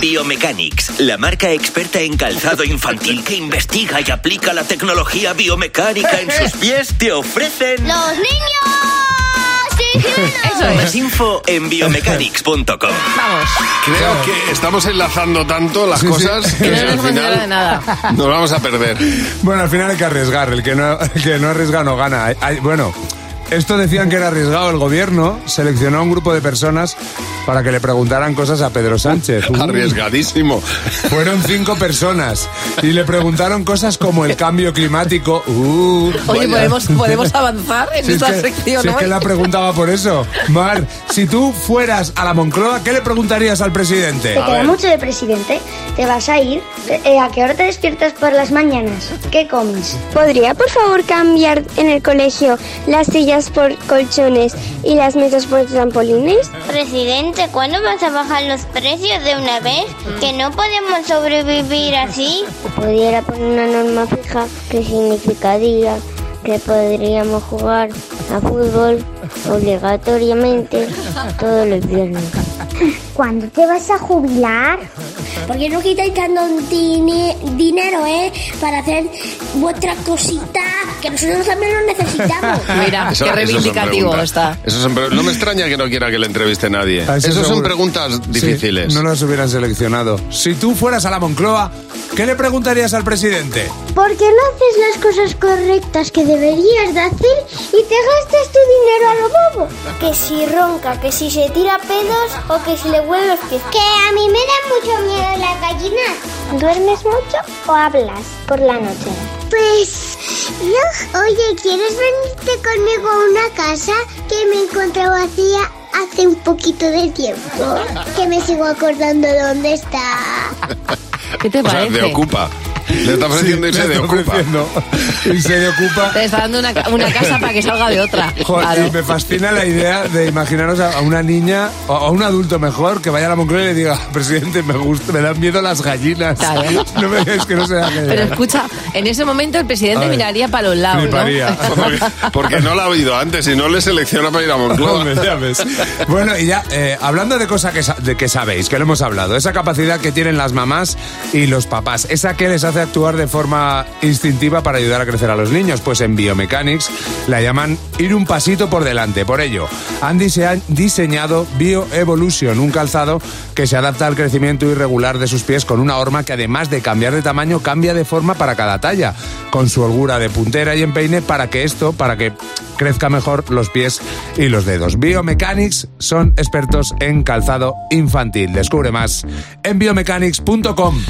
Biomechanics, la marca experta en calzado infantil que investiga y aplica la tecnología biomecánica en sus pies, te ofrecen ¡Los niños! Eso es. más info en biomechanics.com. Vamos. Creo que estamos enlazando tanto las Sí, sí. cosas Que que no nos al hemos enterado de final nada. nos vamos a perder. Bueno, al final hay que arriesgar. El que no, el que no arriesga no gana. Hay- hay- bueno, esto decían que era arriesgado. El gobierno seleccionó a un grupo de personas para que le preguntaran cosas a Pedro Sánchez. Uh. Arriesgadísimo. Fueron cinco personas y le preguntaron cosas como el cambio climático. Uh, Oye, vaya. ¿podemos, podemos avanzar en Si es, esta que, sección si es que hoy? la preguntaba por eso. Mar, si tú fueras a la Moncloa, ¿qué le preguntarías al presidente? Te Ah, queda mucho de presidente. ¿Te vas a ir? Eh, ¿A qué hora te despiertas por las mañanas? ¿Qué comes? ¿Podría por favor cambiar en el colegio las sillas por colchones y las mesas por trampolines? Presidente, ¿cuándo vas a bajar los precios de una vez? Que no podemos sobrevivir así. Pudiera poner una norma fija que significaría que podríamos jugar a fútbol obligatoriamente todos los viernes. ¿Cuándo te vas a jubilar? Porque no quitáis tanto dine- dinero, ¿eh? Para hacer vuestra cosita, que nosotros también lo necesitamos. Mira, Eso- eso qué son reivindicativo preguntas. está. Eso son pre- no me extraña que no quiera que le entreviste nadie. A eso Esas son seguro. preguntas Sí, difíciles. no las hubieran seleccionado. Si tú fueras a la Moncloa, ¿qué le preguntarías al presidente? ¿Por qué no haces las cosas correctas que deberías de hacer y te gastas tu dinero a lo bobo? Que si ronca, que si se tira pedos o que si le huele los pies. Que a mí me dan mucho miedo las gallinas. ¿Duermes mucho o hablas por la noche? Pues, no. oye, ¿quieres venirte conmigo a una casa que me encontré vacía hace un poquito de tiempo? Que me sigo acordando dónde está. ¿Qué te o sea, de parece? ocupa. Le está ofreciendo irse Sí, le de está ocupa. ofreciendo. Y se le ocupa. Te está dando una, ca- una casa para que salga de otra. Joder, Claro. y me fascina la idea de imaginaros a a una niña o a un adulto mejor que vaya a la Moncloa y le diga, presidente, me gusta, me dan miedo las gallinas. Claro. No me digas que no se da Pero escucha, en ese momento el presidente Ay, miraría para los lados, fliparía. ¿no? Porque, porque no la ha oído antes y no le selecciona para ir a Moncloa. Hombre, ya ves. Bueno, y ya, eh, hablando de cosas que, sa- de que sabéis, que lo hemos hablado, esa capacidad que tienen las mamás y los papás, esa que les hace actuar de forma instintiva para ayudar a crecer a los niños, pues en Biomechanics la llaman ir un pasito por delante. Por ello, han dise- diseñado BioEvolution, un calzado que se adapta al crecimiento irregular de sus pies con una horma que además de cambiar de tamaño, cambia de forma para cada talla, con su holgura de puntera y empeine para que esto, para que crezca mejor los pies y los dedos. Biomechanics son expertos en calzado infantil. Descubre más en biomechanics.com.